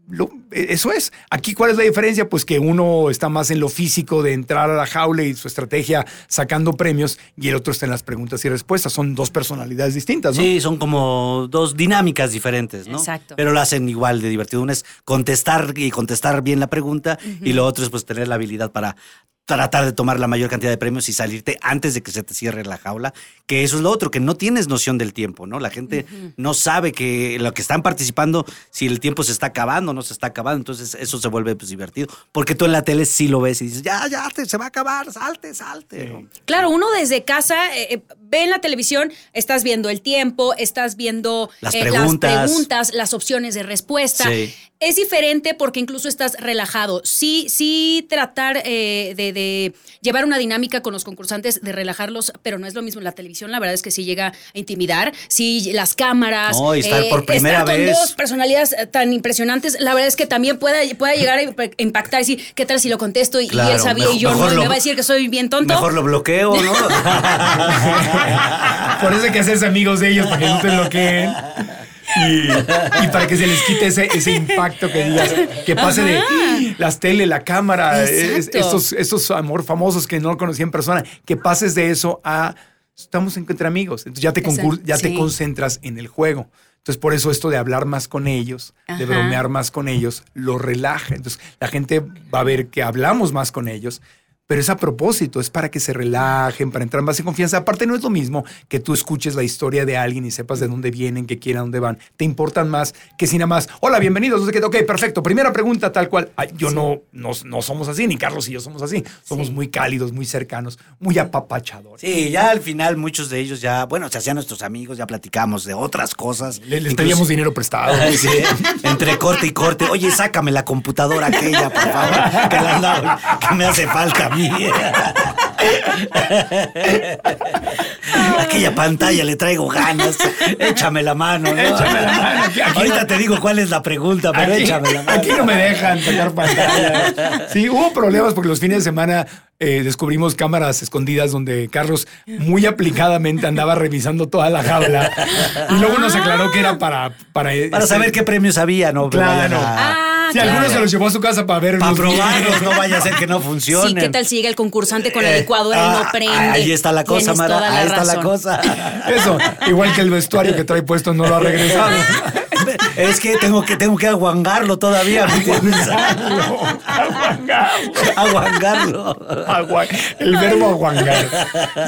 S2: lo- e- eso es. Aquí, ¿cuál es la diferencia? Pues que uno está más en lo físico de entrar a la jaula y su estrategia sacando premios, y el otro está en las preguntas y respuestas. Son dos personalidades distintas, ¿no?
S3: Sí, son como dos dinámicas diferentes, ¿no?
S1: Exacto.
S3: Pero lo hacen igual de divertido. Uno es contestar y contestar bien la pregunta y lo otro es pues tener la habilidad para tratar de tomar la mayor cantidad de premios y salirte antes de que se te cierre la jaula, que eso es lo otro, que no tienes noción del tiempo, ¿no? La gente no sabe que lo que están participando, si el tiempo se está acabando o no se está acabando, entonces eso se vuelve pues, divertido, porque tú en la tele sí lo ves y dices, ya, ya, te- se va a acabar, salte, salte. ¿no?
S1: Claro, uno desde casa eh, eh, ve en la televisión, estás viendo el tiempo, estás viendo
S3: Las
S1: eh,
S3: preguntas.
S1: las preguntas, las opciones de respuesta.
S3: Sí.
S1: Es diferente porque incluso estás relajado. Sí, sí tratar eh, de, de llevar una dinámica con los concursantes, de relajarlos, pero no es lo mismo. La televisión, la verdad es que sí llega a intimidar. Sí, las cámaras. eh,
S3: No, y estar por primera
S1: estar
S3: vez.
S1: Con dos personalidades eh, tan impresionantes, la verdad es que también puede, puede llegar a imp- impactar. Sí, ¿qué tal si lo contesto? Y, y
S3: Claro,
S1: él sabía
S3: mejor-
S1: y yo no,
S3: mejor
S1: y
S3: lo-
S1: me va a decir que soy bien tonto.
S3: Mejor lo bloqueo,
S2: [laughs]
S3: ¿no? [laughs]
S2: Por eso hay que hacerse amigos de ellos, para que no te bloqueen. Y, y para que se les quite ese, ese impacto que digas, que pase de las tele, la cámara, es-
S1: Exacto.
S2: estos, estos amor famosos que no conocí en persona, que pases de eso a estamos en- entre amigos. Entonces ya te, concur-
S1: Exacto,
S2: ya te
S1: sí.
S2: concentras en el juego. Entonces, por eso esto de hablar más con ellos,
S1: Ajá.
S2: de bromear más con ellos, lo relaja. Entonces, la gente va a ver que hablamos más con ellos, pero es a propósito, es para que se relajen, para entrar más en confianza. Aparte, no es lo mismo que tú escuches la historia de alguien y sepas de dónde vienen, qué quieren, a dónde van. Te importan más que si nada más, hola, bienvenidos, no sé qué, ok, perfecto, primera pregunta, tal cual. Ay, yo no, no, no somos así, ni Carlos y yo somos así. Somos
S1: Sí.
S2: muy cálidos, muy cercanos, muy apapachadores.
S3: Sí, ya al final muchos de ellos ya, bueno, se hacían nuestros amigos, ya platicamos de otras cosas.
S2: Le- Les,
S3: Incluso-
S2: pedíamos dinero prestado.
S3: Ay, [laughs] sí,
S2: [laughs]
S3: Entre corte y corte. Oye, sácame la computadora aquella, por favor. Que, la andaba- que me hace falta a mí. [laughs] Aquella pantalla le traigo ganas. Échame la mano. ¿no?
S2: Échame la mano, aquí- aquí
S3: Ahorita te digo cuál es la pregunta, pero
S2: Aquí,
S3: échame la mano.
S2: aquí no me dejan sacar pantalla. Sí, hubo problemas porque los fines de semana eh, descubrimos cámaras escondidas donde Carlos muy aplicadamente andaba revisando toda la jaula. Y luego nos aclaró que era para... Para,
S3: Para
S2: este,
S3: saber qué premios había, ¿no?
S2: Claro.
S3: Vayan a-
S1: Ah,
S2: Sí,
S1: claro.
S2: algunos se los llevó a su casa para ver.
S3: Para
S2: los-
S3: probarlos, no vaya a ser que no funcione.
S1: Sí, ¿qué tal si llega el concursante con la
S3: Eh,
S1: licuadora y
S3: ah,
S1: no prende?
S3: Ahí está la cosa,
S1: Tienes
S3: Mara.
S1: toda la
S3: ahí está la
S1: razón.
S3: cosa.
S2: Eso, igual que el vestuario que trae puesto no lo ha regresado.
S3: Es que tengo que tengo que aguangarlo todavía,
S1: [laughs]
S3: ¿me entiendes? Aguangarlo.
S2: Agua- el verbo aguangar.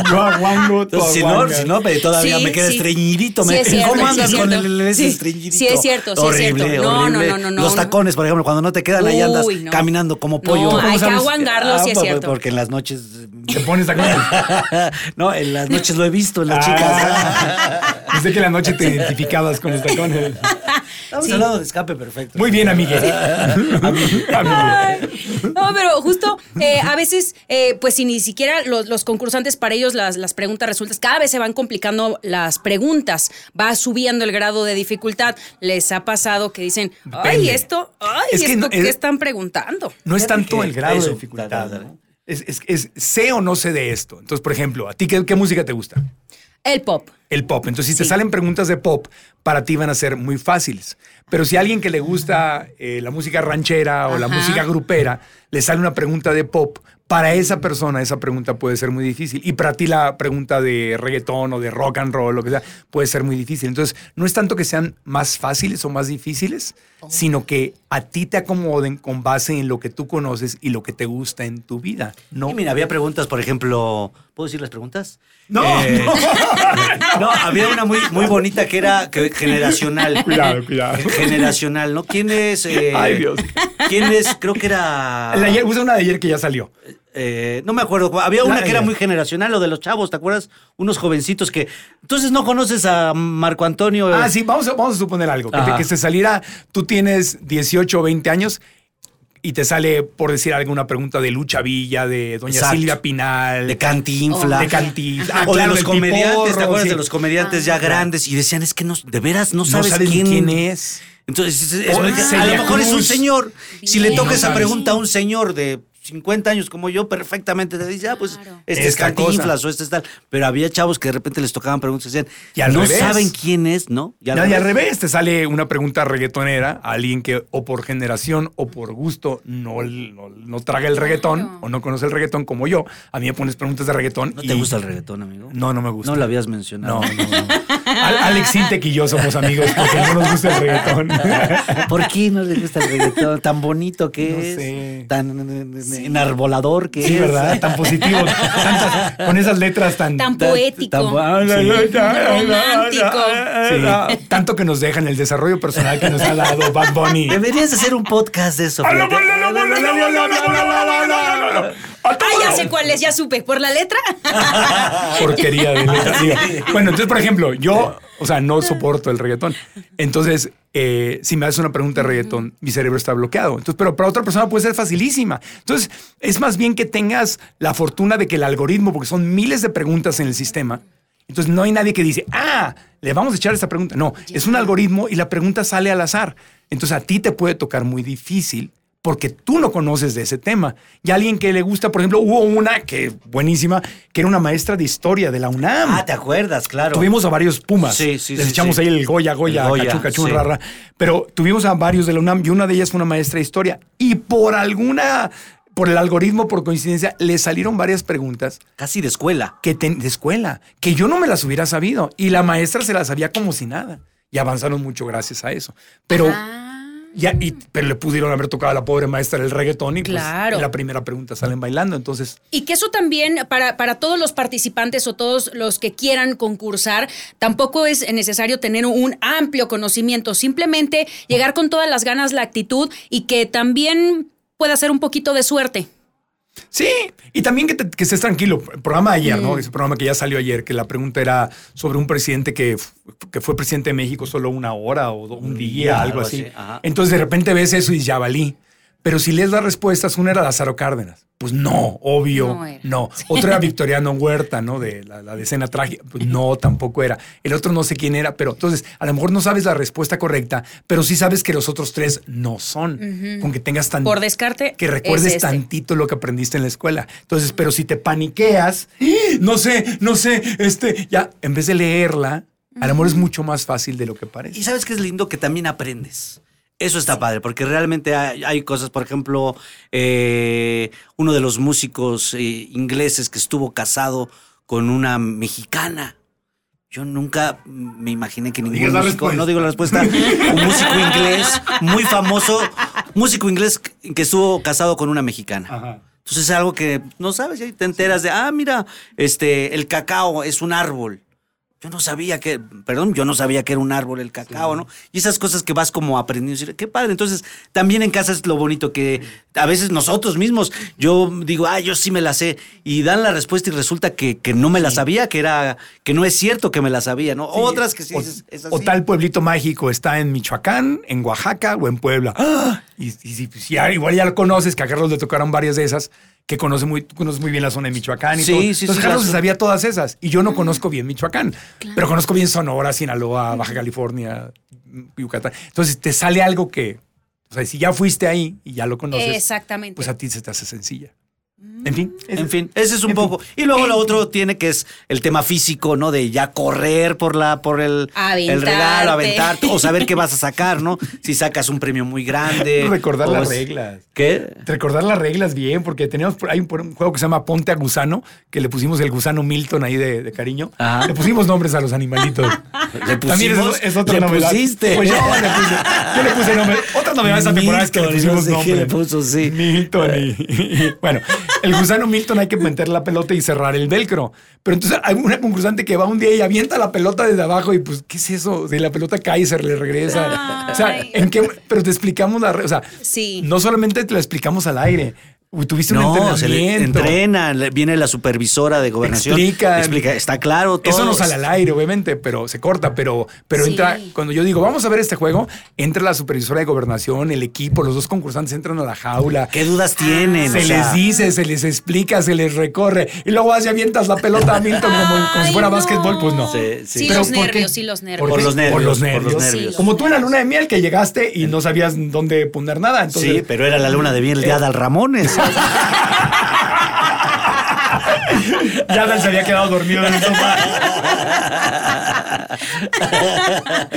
S2: Yo aguango, tú
S3: Entonces, si no,
S2: aguangas.
S3: si no, pero todavía
S1: Sí,
S3: me queda
S1: sí.
S3: estreñidito.
S1: Sí,
S3: me-
S1: es cierto,
S3: ¿Cómo
S1: sí,
S3: andas
S1: es
S3: con el,
S1: cierto.
S3: el- ese
S1: Sí,
S3: estreñidito?
S1: sí, es cierto, sí, es
S3: horrible,
S1: cierto. No, no,
S3: horrible.
S1: no, no, no,
S3: Los
S1: no.
S3: tacones, por ejemplo, cuando no te quedan ahí andas
S1: Uy, no.
S3: caminando como pollo.
S1: No,
S3: ¿Cómo
S1: hay que
S3: sabes?
S1: aguangarlo, sí es
S3: pues,
S1: cierto.
S3: Porque en las noches... [laughs]
S2: Te pones a
S3: no, en las noches lo he visto en las chicas.
S2: Ah, [laughs] Pensé Ah. que la noche te identificabas con los tacones.
S3: Estamos
S1: Sí.
S3: hablando de escape perfecto.
S2: Muy bien, amigue. Amigue.
S1: [laughs] No, pero justo eh, a veces, eh, pues si ni siquiera los, los concursantes para ellos las, las preguntas resultas, cada vez se van complicando las preguntas, va subiendo el grado de dificultad. Les ha pasado que dicen, ay,
S2: Depende.
S1: esto, ay,
S2: Es que
S1: esto,
S2: no-
S1: ¿qué
S2: es-
S1: están preguntando?
S2: No es
S3: Fíjate
S2: tanto
S3: que
S2: el grado
S3: eso,
S2: de dificultad.
S3: dale, dale.
S2: ¿no? Es, es- es sé o no sé de esto. Entonces, por ejemplo, ¿a ti qué, qué música te gusta?
S1: El pop.
S2: El pop. Entonces, si te
S1: Sí.
S2: salen preguntas de pop, para ti van a ser muy fáciles. Pero si a alguien que le gusta eh, la música ranchera o la
S1: Ajá.
S2: música grupera, le sale una pregunta de pop, para esa persona esa pregunta puede ser muy difícil. Y para ti la pregunta de reggaetón o de rock and roll, lo que sea, puede ser muy difícil. Entonces, no es tanto que sean más fáciles o más difíciles, sino que a ti te acomoden con base en lo que tú conoces y lo que te gusta en tu vida. No.
S3: Y mira, había preguntas, por ejemplo, ¿puedo decir las preguntas?
S2: No,
S3: no. [laughs] había una muy, muy bonita que era que- generacional.
S2: Cuidado,
S3: [laughs]
S2: cuidado.
S3: Generacional, ¿no? ¿Quién es? eh,
S2: Ay, Dios.
S3: ¿Quién es? Creo que era.
S2: La ayer- usa una de ayer que ya salió.
S3: eh, no me acuerdo. Había
S2: La
S3: una que era
S2: ayer.
S3: muy generacional, lo de los chavos, ¿te acuerdas? Unos jovencitos que. Entonces no conoces a Marco Antonio. eh,
S2: Ah, sí, vamos a, vamos a suponer algo. Que te,
S3: Ajá.
S2: que te saliera, tú tienes 18 o 20 años y te sale, por decir alguna pregunta de Lucha Villa, de Doña
S3: Exacto.
S2: Silvia Pinal,
S3: De Cantinfla.
S2: de Cantinflas. Ah,
S3: o
S2: claro,
S3: de
S2: del
S3: los comediantes, ¿te
S2: Piporro,
S3: acuerdas
S2: sí.
S3: de los comediantes ya grandes? Y decían, es que no, de veras no sabes,
S2: sabes ni
S3: quién,
S2: quién es.
S3: Entonces, es- es-
S2: O
S3: a
S2: Celia
S3: lo mejor es un
S2: Cruz.
S3: señor. Si le
S1: Bien.
S3: toca
S2: No
S3: esa
S2: sabes.
S3: pregunta a un señor de 50 años como yo, perfectamente te dice, ah, pues
S1: Claro.
S3: este es
S2: Esta cosa.
S3: Cantinflas o este es tal. Pero había chavos que de repente les tocaban preguntas y decían,
S2: Y al
S3: no
S2: revés.
S3: saben quién es, ¿no? Y
S2: No, y al revés, te sale una pregunta reggaetonera a alguien que o por generación o por gusto no, no, no traga el reggaetón
S1: Claro.
S2: o no conoce el reggaetón como yo. A mí me pones preguntas de reggaetón.
S3: ¿No
S2: y-
S3: te gusta el reggaetón, amigo?
S2: No, no me gusta.
S3: No lo habías mencionado.
S2: No, no, no. Al- Alex Sintek y yo somos amigos porque no nos gusta el
S1: [laughs]
S2: reggaetón.
S3: [laughs] ¿Por qué no le gusta el reggaetón? Tan bonito que
S2: No
S3: es,
S2: sé.
S3: tan eh, enarbolador que
S2: Sí,
S3: es.
S2: ¿verdad? Tan positivo. tantas- con esas letras tan...
S1: Tan
S3: [laughs] Tan-
S1: poético.
S3: tan-
S1: Romántico.
S2: Sí, tanto que nos dejan el desarrollo personal que nos ha dado Bad Bunny.
S3: Deberías hacer un podcast
S2: [laughs]
S3: de eso. fíjate.
S1: Ah, ya sé cuál es, ya supe. ¿Por la letra?
S2: Porquería de letra. Digo, Bueno, entonces, por ejemplo, yo O sea, no soporto el reggaetón. Entonces, eh, si me haces una pregunta de reggaetón, mi cerebro está bloqueado. Entonces, pero para otra persona puede ser facilísima. Entonces, es más bien que tengas la fortuna de que el algoritmo, porque son miles de preguntas en el sistema, entonces no hay nadie que dice, ah, le vamos a echar esta pregunta. No, es un algoritmo y la pregunta sale al azar. Entonces, a ti te puede tocar muy difícil porque tú no conoces de ese tema. Y alguien que le gusta, por ejemplo, hubo una que buenísima, que era una maestra de historia de la UNAM.
S3: Ah, ¿te acuerdas? Claro.
S2: Tuvimos a varios Pumas.
S3: Sí, sí,
S2: Les
S3: sí,
S2: echamos
S3: sí.
S2: ahí el Goya, Goya,
S3: El Goya,
S2: Cachú, Cachú,
S3: sí.
S2: Rara. Pero tuvimos a varios de la UNAM y una de ellas fue una maestra de historia. Y por alguna, por el algoritmo, por coincidencia, le salieron varias preguntas
S3: Casi de escuela.
S2: que ten- de escuela, que yo no me las hubiera sabido. Y la maestra se las sabía como si nada. Y avanzaron mucho gracias a eso. Pero...
S1: Ah.
S2: Ya, y- pero le pudieron haber tocado a la pobre maestra del reggaetón y pues,
S1: Claro.
S2: en la primera pregunta salen bailando. Entonces,
S1: Y que eso también para, para todos los participantes o todos los que quieran concursar, tampoco es necesario tener un amplio conocimiento, simplemente llegar con todas las ganas, la actitud y que también pueda ser un poquito de suerte.
S2: sí, y también que, te- que estés tranquilo. El programa de ayer, ¿no? Ese programa que ya salió ayer, que la pregunta era sobre un presidente que, f- que fue presidente de México solo una hora o do- un día,
S3: día,
S2: algo
S3: algo
S2: así.
S3: así, ajá.
S2: Entonces, de repente ves eso y ya valí. Pero si lees las respuestas, una era Lázaro Cárdenas. Pues no, obvio,
S1: No
S2: no.
S1: era.
S2: Otro era Victoriano Huerta, ¿no? De la, la decena trágica. Pues no, tampoco era. El otro no sé quién era, pero entonces a lo mejor no sabes la respuesta correcta, pero sí sabes que los otros tres no son. Con que tengas tan.
S1: Por descarte,
S2: Que recuerdes
S1: es este.
S2: tantito lo que aprendiste en la escuela. Entonces, pero si te paniqueas, ¡Ah! no sé, no sé, este, ya, en vez de leerla, a lo mejor es mucho más fácil de lo que parece.
S3: Y sabes que es lindo que también aprendes. Eso está padre, porque realmente hay, hay cosas, por ejemplo, eh, uno de los músicos eh, ingleses que estuvo casado con una mexicana. Yo nunca me imaginé que ningún
S2: digas la
S3: músico,
S2: respuesta.
S3: no digo la respuesta, un músico inglés muy famoso, músico inglés que estuvo casado con una mexicana.
S2: Ajá.
S3: Entonces es algo que no sabes, y ahí te enteras de, ah, mira, este, el cacao es un árbol. Yo no sabía que, perdón, yo no sabía que era un árbol el cacao, ¿no? Y esas cosas que vas como aprendiendo. y decir, Qué padre. Entonces, también en casa es lo bonito que a veces nosotros mismos, yo digo, ah, yo sí me la sé. Y dan la respuesta y resulta que, que no me la sabía, que era, que no es cierto que me la sabía, ¿no? Otras que sí
S2: o,
S3: dices, es así.
S2: o tal pueblito mágico está en Michoacán, en Oaxaca o en Puebla. ¡Ah! Y, y si- pues, ya- igual ya lo conoces, que a Carlos le tocaron varias de esas, que conoce muy, tú conoces muy bien la zona de Michoacán y
S3: Sí,
S2: todo.
S3: sí, sí,
S2: Entonces Carlos
S3: claro. Mm.
S2: se sabía todas esas y yo no conozco bien Michoacán, pero conozco bien Sonora, Sinaloa, Baja California, Yucatán. Entonces te sale algo que, o sea, si ya fuiste ahí y ya lo conoces,
S1: Exactamente.
S2: pues a ti se te hace sencilla. En fin. ese-
S3: En fin, ese es un poco. Y luego lo otro tiene que es el tema físico, ¿no? De ya correr por la, por el, el
S1: Aventarte.
S3: regalo, aventarte, o saber qué vas a sacar, ¿no? Si sacas un premio muy grande.
S2: [laughs] Recordar
S3: o
S2: las
S3: es-
S2: reglas.
S3: ¿Qué?
S2: recordar las reglas bien, porque tenemos por- hay un, por un juego que se llama Ponte a Gusano, que le pusimos el gusano Milton ahí de, de cariño.
S3: Ajá.
S2: Le pusimos nombres a los animalitos.
S3: Le
S2: También es,
S3: pusimos-
S2: es otra
S3: le
S2: novedad.
S3: pusiste.
S2: Pues yo le puse, yo le puse nombre. Otra novedad de esta temporada es que le
S3: Milton,
S2: pusimos
S3: no sé qué
S2: nombre.
S3: le puso, sí.
S2: Milton y, y- bueno, el gusano Milton hay que meter la pelota y cerrar el velcro. Pero entonces hay una concursante que va un día y avienta la pelota desde abajo y pues, ¿qué es eso? De la pelota cae y se le regresa. O sea,
S1: Ay.
S2: ¿en qué? Pero te explicamos la... re- O sea,
S1: Sí.
S2: no solamente te la explicamos al aire. Uy, Tuviste un
S3: No, se le
S2: entrenamiento.
S3: entrena, le- viene la supervisora de gobernación.
S2: Explica.
S3: Explica, está claro todo.
S2: Eso no sale al aire, obviamente, pero se corta, pero, pero
S1: Sí.
S2: entra, cuando yo digo, vamos a ver este juego, entra la supervisora de gobernación, el equipo, los dos concursantes entran a la jaula.
S3: ¿Qué dudas tienen?
S2: Ah, Se
S3: O sea,
S2: les dice, se les explica, se les recorre. Y luego vas y avientas la pelota a Milton como, como si
S1: Ay,
S2: fuera
S1: no.
S2: básquetbol, pues no.
S3: Sí, sí.
S1: Sí,
S2: Pero
S1: los
S2: ¿por qué?
S1: nervios, sí, los [laughs] nervios.
S3: Por los
S2: qué?
S3: nervios,
S2: Por los
S3: por los
S2: nervios.
S3: nervios.
S2: Como tú en la luna de miel que llegaste y no sabías dónde poner nada. Entonces,
S3: Sí, pero era la luna de
S2: Eh,
S3: miel de Adal Ramones.
S2: [laughs] Ya Dan se había quedado dormido en el sofá.
S1: No,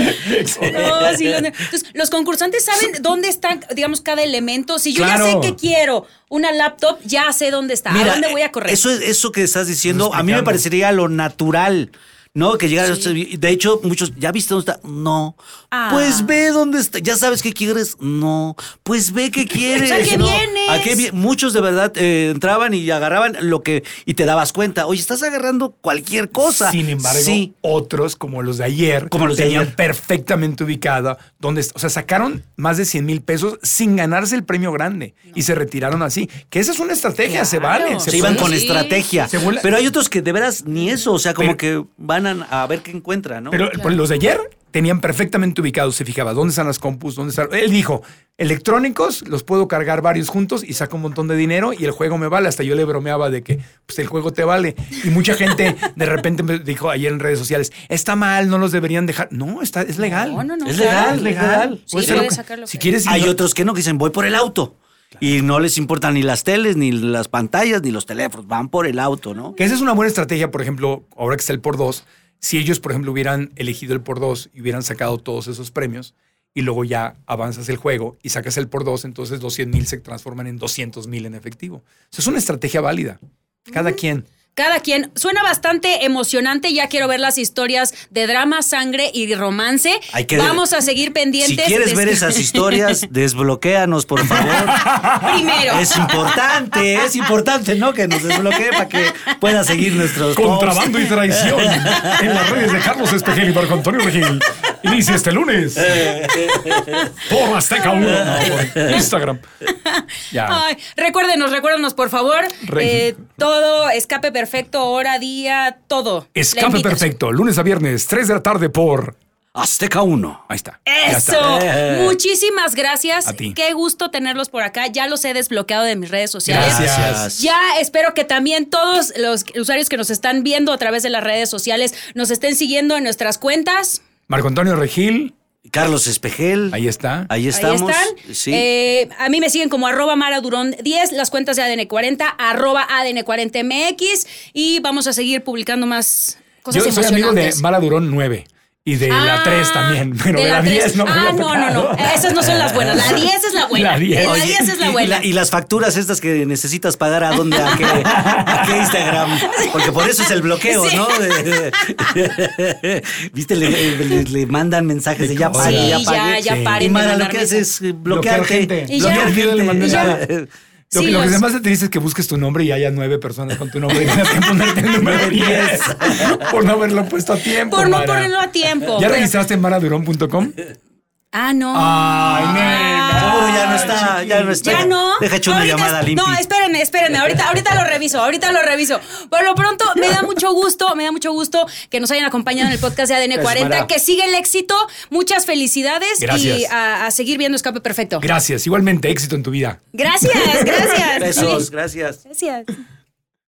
S1: Oh, sí, los, Entonces, los concursantes saben dónde están, digamos, cada elemento. Si yo
S2: Claro.
S1: ya sé que quiero una laptop, ya sé dónde está.
S3: Mira, eh,
S1: ¿A dónde voy a correr?
S3: Eso, es- eso que estás diciendo,
S2: Estás
S3: a mí me
S2: explicando.
S3: parecería lo natural. ¿No? Que llegara. De hecho, muchos. ¿Ya viste dónde está? No.
S1: Ah.
S3: Pues ve dónde está. ¿Ya sabes qué quieres? No. Pues
S1: [laughs]
S3: ve qué quieres.
S1: ¿A qué
S3: ¿no?
S1: vienes?
S3: ¿A qué vi- Muchos de verdad eh, entraban y agarraban lo que. Y te dabas cuenta. Oye, estás agarrando cualquier cosa.
S2: Sin embargo,
S3: Sí.
S2: otros, como los de ayer,
S3: Como los de
S2: tenían
S3: ayer.
S2: perfectamente ubicada donde, o sea, sacaron más de 100 mil pesos sin ganarse el premio grande y se retiraron así. Que esa es una estrategia, se
S1: Claro.
S2: vale.
S1: Se
S3: Se iban
S2: puede.
S3: con
S1: Sí.
S3: estrategia.
S2: Se vuela-
S3: Pero hay otros que de veras ni eso. O sea,
S2: Pero-
S3: como que van van a, a ver qué encuentran, ¿no?
S2: Pero pues, los de ayer tenían perfectamente ubicados, se fijaba, ¿dónde están las compus? ¿Dónde están? Él dijo, electrónicos, los puedo cargar varios juntos y saco un montón de dinero y el juego me vale. Hasta yo le bromeaba de que pues, el juego te vale. Y mucha gente de repente me dijo ayer en redes sociales, está mal, no los deberían dejar. No, está, es legal.
S1: No, no, no,
S2: Es
S1: claro.
S2: legal, es legal.
S1: Sí,
S2: Puedes hacer lo
S1: puedes
S2: que-
S1: sacar lo
S2: si
S1: que-
S2: quieres...
S3: Hay otros que no, que dicen, voy por el auto. Y no les importan ni las teles, ni las pantallas, ni los teléfonos. Van por el auto, ¿no?
S2: Que esa es una buena estrategia, por ejemplo, ahora que está el por dos, si ellos, por ejemplo, hubieran elegido el por dos y hubieran sacado todos esos premios y luego ya avanzas el juego y sacas el por dos, entonces los 100 mil se transforman en 200 mil en efectivo. O sea, es una estrategia válida. Cada quien.
S1: Cada quien. Suena bastante emocionante. Ya quiero ver las historias de drama, sangre y romance.
S3: Hay que-
S1: Vamos a seguir pendientes.
S3: Si quieres
S1: de- este
S3: ver
S1: [laughs]
S3: esas historias, desbloquéanos, por favor.
S1: Primero.
S3: Es importante, es importante, ¿no? Que nos desbloquee para que pueda seguir nuestros posts.
S2: Contrabando y traición [laughs] en las redes de Carlos Espejel y Marco Antonio Regil. Inicia
S1: [laughs]
S2: este lunes. Por Azteca 1. Instagram. Ya.
S1: Ay, recuérdenos, recuérdenos, por favor.
S2: Re-
S1: Eh, todo, escape perfecto, hora, día, todo. La
S2: Escape
S1: invitación.
S2: perfecto. Lunes a viernes, 3 de la tarde por
S3: Azteca 1.
S2: Ahí está. Ya está. Eh.
S1: Eso. Muchísimas gracias.
S2: A ti.
S1: Qué gusto tenerlos por acá. Ya los he desbloqueado de mis redes sociales.
S2: Gracias.
S1: Ya espero que también todos los usuarios que nos están viendo a través de las redes sociales nos estén siguiendo en nuestras cuentas.
S2: Marco Antonio Regil,
S3: Carlos Espejel.
S2: ahí está.
S3: Ahí estamos.
S1: Ahí están.
S3: Sí.
S1: Eh, a mí me siguen como arroba maradurón10, las cuentas de ADN40, arroba ADN40MX y vamos a seguir publicando más cosas
S2: Yo soy amigo de
S1: emocionantes.
S2: Mara Durón 9 y de
S1: Ah,
S2: la 3 también, [laughs] pero de,
S1: de
S2: la 10
S1: tres.
S2: no me
S1: Ah,
S2: la
S1: no, no, no. Esas no son las buenas. La 10 es la buena.
S2: [laughs] La
S1: La
S2: 10.
S1: 10,
S3: Oye,
S1: es la
S3: y-
S1: buena.
S3: Y, la- y las facturas estas que necesitas pagar a dónde, a qué, a qué Instagram. Porque por eso es el bloqueo,
S1: Sí.
S3: ¿no? [laughs] De- Viste, le, le- le mandan mensajes de ya
S2: Sí,
S3: pague, ya
S1: ya,
S3: pague.
S1: ya
S2: Sí.
S1: paren
S3: Y
S1: de
S3: Mara, lo
S1: mandarme
S3: que haces es eh,
S2: Bloquear
S3: bloquearte.
S2: gente.
S1: Y ya.
S3: Bloquear
S1: Y
S2: ya le
S3: gente.
S2: mandé
S3: Ya. [laughs]
S2: nada. Lo,
S1: Sí,
S2: que, lo que
S1: los-
S2: es más triste es que busques tu nombre y haya nueve personas con tu nombre y tienes que ponerte el número 10 [laughs] por no haberlo puesto a tiempo.
S1: Por no
S2: Mara.
S1: ponerlo a tiempo.
S2: ¿Ya
S1: pero-
S2: registraste en maradurón.com?
S1: Ah, no.
S2: Ay, nena.
S3: Oh, ya no está, ya no está.
S1: Ya no.
S3: Deja hecho una
S1: Ahorita
S3: llamada
S1: es-
S3: limpia.
S1: No, espérenme, espérenme. Ahorita, ahorita lo reviso, ahorita lo reviso. Por lo pronto, me da mucho gusto, me da mucho gusto que nos hayan acompañado en el podcast de ADN 40.
S3: Mara.
S1: Que sigue el éxito. Muchas felicidades y
S2: Gracias.
S1: a, a seguir viendo Escape Perfecto.
S2: Gracias. Igualmente, éxito en tu vida.
S3: [laughs]
S1: Gracias, gracias.
S3: Besos, gracias.
S1: Gracias.